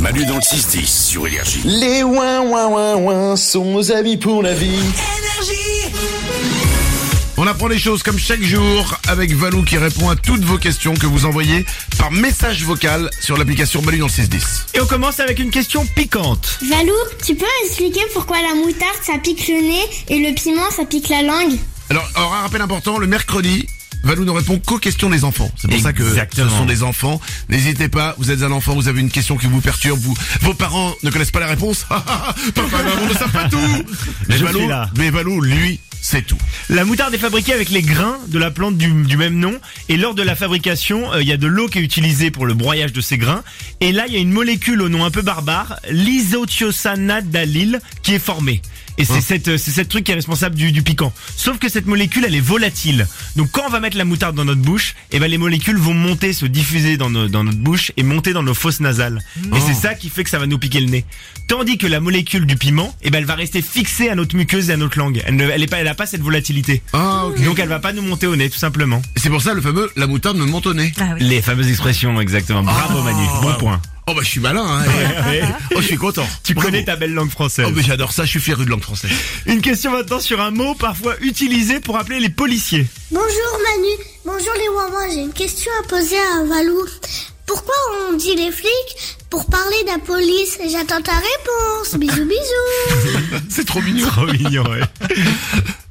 Manu dans le 6-10 sur Énergie. Les ouin ouin ouin ouin sont nos amis pour la vie. On apprend les choses comme chaque jour avec Valou qui répond à toutes vos questions que vous envoyez par message vocal sur l'application Balu dans le 610. Et on commence avec une question piquante. Valou, tu peux expliquer pourquoi la moutarde ça pique le nez et le piment ça pique la langue Alors, alors, un rappel important, le mercredi, Valou ne répond qu'aux questions des enfants. C'est pour ça que ce Exactement. sont des enfants. N'hésitez pas, vous êtes un enfant, vous avez une question qui vous perturbe, vous, vos parents ne connaissent pas la réponse. Papa, maman ne savent pas tout. Mais Je Valou, suis là. mais Valou, lui, c'est tout. La moutarde est fabriquée avec les grains de la plante du, du même nom et lors de la fabrication, euh, il y a de l'eau qui est utilisée pour le broyage de ces grains et là il y a une molécule au nom un peu barbare, l'isothiocyanadalyle qui est formée. Et c'est cette euh, c'est cette truc qui est responsable du, du piquant. Sauf que cette molécule elle est volatile. Donc quand on va mettre la moutarde dans notre bouche, eh ben les molécules vont monter, se diffuser dans, nos- dans notre bouche et monter dans nos fosses nasales. Et c'est ça qui fait que ça va nous piquer le nez. Tandis que la molécule du piment, eh ben elle va rester fixée à notre muqueuse et à notre langue. Elle ne, elle est pas, elle a pas cette volatilité. Ah, ok. Donc elle va pas nous monter au nez tout simplement. C'est pour ça le fameux, la moutarde me monte au nez. Les fameuses expressions exactement. Bravo Manu, bon point. Oh bah je suis malin, hein. oh je suis content. Tu Bravo. connais ta belle langue française. Oh mais j'adore ça, je suis fier de langue française. Une question maintenant sur un mot parfois utilisé pour appeler les policiers. Bonjour Manu, bonjour les Wawa, j'ai une question à poser à Valou. Pourquoi on dit les flics pour parler de la police J'attends ta réponse, bisous bisous C'est trop mignon. Trop mignon, ouais.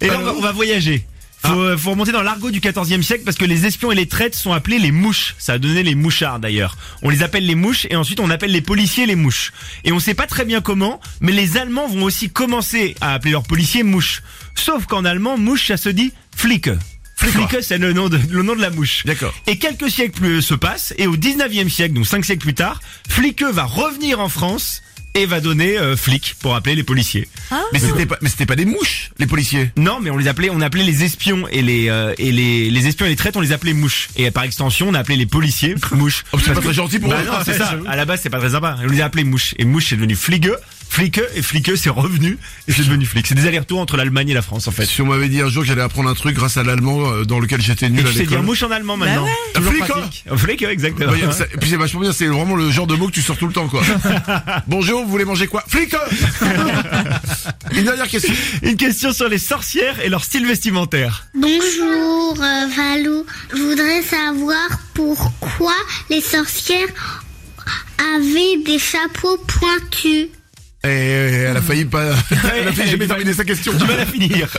Et là, on va, on va voyager. Faut, euh, faut remonter dans l'argot du 14e siècle parce que les espions et les traites sont appelés les mouches. Ça a donné les mouchards d'ailleurs. On les appelle les mouches et ensuite on appelle les policiers les mouches. Et on sait pas très bien comment, mais les Allemands vont aussi commencer à appeler leurs policiers mouches. Sauf qu'en allemand, mouche ça se dit flic. Flic, c'est le nom de le nom de la mouche. D'accord. Et quelques siècles plus se passent, et au 19e siècle, donc 5 siècles plus tard, Fliqueux va revenir en France et va donner euh, flic pour appeler les policiers. Mais c'était pas, mais c'était pas des mouches, les policiers. Non, mais on les appelait, on appelait les espions et les euh, et les, les espions et les traites, on les appelait mouches. Et par extension, on appelait les policiers mouches. Oh, c'est pas Parce très que- gentil pour Bah eux. non, c'est ça. À la base, c'est pas très sympa. On les appelait mouches. Et mouche, c'est devenu fliqueux, fliqueux et fliqueux, c'est revenu et c'est devenu flic. C'est des allers-retours entre l'Allemagne et la France, en fait. Bah, Si on m'avait dit un jour que j'allais apprendre un truc grâce à l'allemand euh, dans lequel j'étais Et nul à tu sais dire l'école. mouche en allemand maintenant. Toujours Flic, pratique. Flic, ouais, exactement. Bah, y a- ça- et puis c'est vachement bien, c'est vraiment le genre de mot que tu sors tout le temps quoi. Bonjour, vous voulez manger quoi Flic Une dernière question. Une question sur les sorcières et leur style vestimentaire. Bonjour euh, Valou, je voudrais savoir pourquoi les sorcières avaient des chapeaux pointus. Et Eh, elle a failli pas. Elle a failli jamais terminer sa question. Du mal à finir.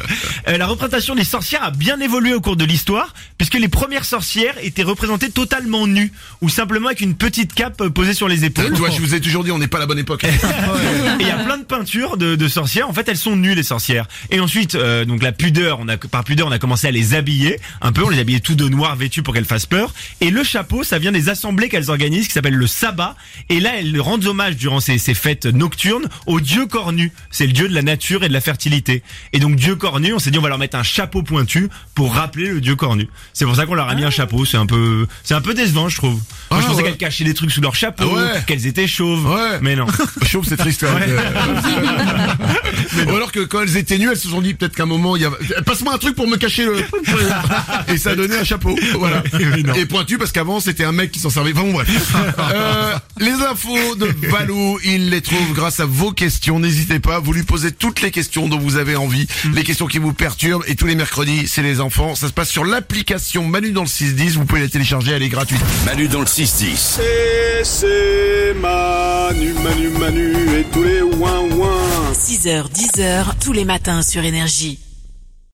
Euh, la représentation des sorcières a bien évolué au cours de l'histoire, puisque les premières sorcières étaient représentées totalement nues, ou simplement avec une petite cape euh, posée sur les Tu épaules. vois, je vous ai toujours dit, on n'est pas à la bonne époque. Et il y a plein de peintures de, de sorcières. En fait, elles sont nues les sorcières. Et ensuite, euh, donc la pudeur, on a par pudeur, on a commencé à les habiller un peu. On les habillait tout de noir, vêtus pour qu'elles fassent peur. Et le chapeau, ça vient des assemblées qu'elles organisent, qui s'appelle le sabbat. Et là, elles rendent hommage durant ces, ces fêtes nocturnes au dieu cornu. C'est le dieu de la nature et de la fertilité. Et donc dieu cornu, on s'est dit on va leur mettre un chapeau pointu pour rappeler le dieu cornu. C'est pour ça qu'on leur a mis un chapeau. C'est un peu, c'est un peu décevant, je trouve. Moi, je Ah, pensais ouais. qu'elles cachaient des trucs sous leur chapeau, Ah ouais. qu'elles étaient chauves. Ouais. Mais non. Chauve, c'est triste. hein. Euh, Ou alors que quand elles étaient nues, elles se sont dit peut-être qu'à un moment, il y a... passe-moi un truc pour me cacher le. Et ça a donné un chapeau. Voilà. Et pointu parce qu'avant c'était un mec qui s'en servait. Enfin bon, bref. Euh, les infos de Valou, il les trouve grâce à vos questions. N'hésitez pas, vous lui posez toutes les questions dont vous avez envie, les questions qui vous perturbent. Et tous les mercredis, c'est les enfants. Ça se passe sur l'application Manu dans le 610. Vous pouvez la télécharger, elle est gratuite. Manu dans le 6-10. Et c'est Manu, Manu, Manu et tous les ouin ouin. 6h, 10h, tous les matins sur Énergie.